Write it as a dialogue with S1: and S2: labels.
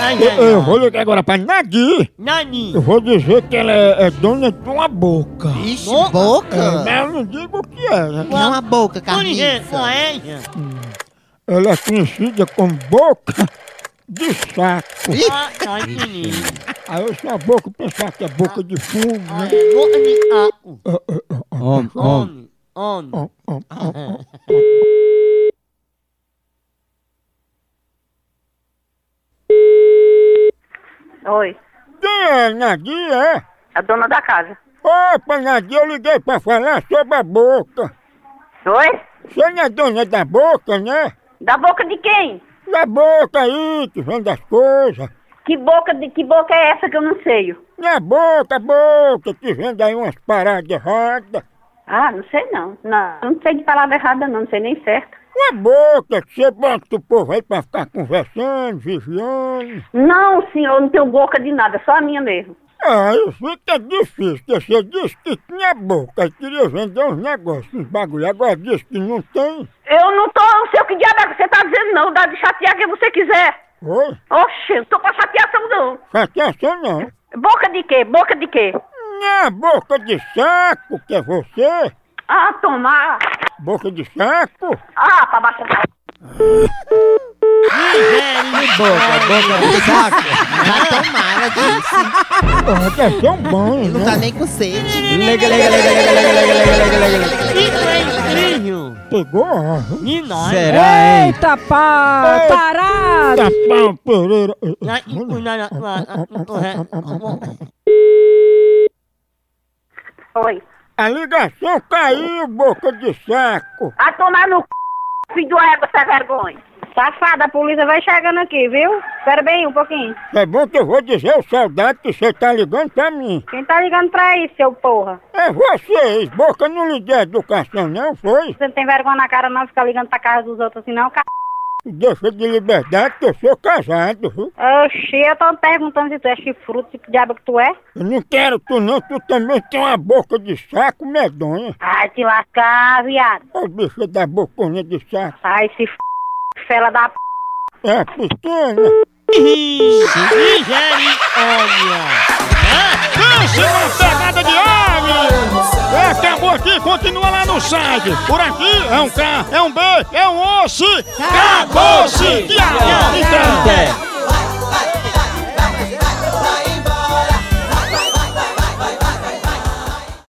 S1: Ai,
S2: Eu,
S1: ai,
S2: eu
S1: ai.
S2: vou ligar agora pra Nagui. Eu
S1: Naninho.
S2: vou dizer que ela é, é dona de uma boca.
S3: Ixi,
S1: Boca?
S3: boca?
S2: É, mas eu não digo o que é, né?
S3: Não a boca,
S1: Com ninguém,
S3: Carlinhos.
S1: com essa.
S2: Ela é conhecida como boca de saco.
S1: Ah, ai, que lindo.
S2: Aí eu sou a boca pensar que é boca de fumo,
S1: Ah,
S2: né?
S1: é boca de saco.
S4: Homem, homem.
S1: Homem, homem.
S2: Ó, ó, ó, ó.
S5: Oi,
S2: Quem é Nagui, é?
S5: a dona da casa.
S2: Opa, Nagui, eu liguei pra falar sobre a boca.
S5: Oi?
S2: Você não é dona da boca, né?
S5: Da boca de quem?
S2: Da boca aí, que vende as coisas.
S5: Que boca de que boca é essa que eu não sei?
S2: Na boca, boca, que vende aí umas paradas erradas.
S5: Ah, não sei não. Não, não sei de palavra errada não, não sei nem certo.
S2: Uma boca que você bota o povo aí pra ficar conversando, vigiando.
S5: Não, senhor, eu não tenho boca de nada, só a minha mesmo.
S2: Ah, isso fica difícil, porque você disse que tinha boca e queria vender uns negócios, uns bagulho. Agora disse que não tem.
S5: Eu não tô, não sei o que diabo é que você tá dizendo não, dá de chatear quem você quiser.
S2: Oi?
S5: Oxe, eu tô pra chateação não.
S2: Chateação não.
S5: Boca de quê? Boca de quê?
S2: Na boca de saco, que é você.
S5: Ah, tomar.
S2: Boca de saco.
S5: Ah, pra baixar.
S3: Vai tomar, ela disse.
S2: Ah, deve ser um banho,
S3: Não tá
S2: né?
S3: nem com sede.
S4: Lega, lega, lega, lega, lega, lega, lega, lega, lega, lega.
S1: Trinho,
S2: Pegou, ó.
S1: de nós.
S4: Será, hein?
S6: Eita, pá! Tarado!
S2: Tapão, pereira.
S1: Lá, e, o, na, na, lá, ah, correto.
S5: Oi.
S2: A ligação caiu, boca de saco.
S5: A tomar no c... filho do égua, essa vergonha. Safada, a polícia vai chegando aqui, viu? Espera bem um pouquinho.
S2: É bom que eu vou dizer o saudade que você tá ligando pra mim.
S5: Quem tá ligando pra isso, seu porra?
S2: É vocês, boca não lhe deu educação não, foi?
S5: Você não tem vergonha na cara não ficar ligando pra casa dos outros assim não, cara?
S2: Deixa de liberdade que eu sou casado, viu?
S5: Oxi, eu tô perguntando se tu é chifruto, se que diabo que tu é?
S2: Eu não quero tu não, tu também tem uma boca de saco medonha.
S5: Ai, te lascar, viado.
S2: Ô bicho da bocona de saco.
S5: Ai, se f... fela da p...
S2: É pequena.
S1: Nigéria, olha.
S2: Pense numa pegada de homem! É, acabou aqui, continua lá no site. Por aqui é um K, é um B, é um osso. Acabou-se! Acabou-se!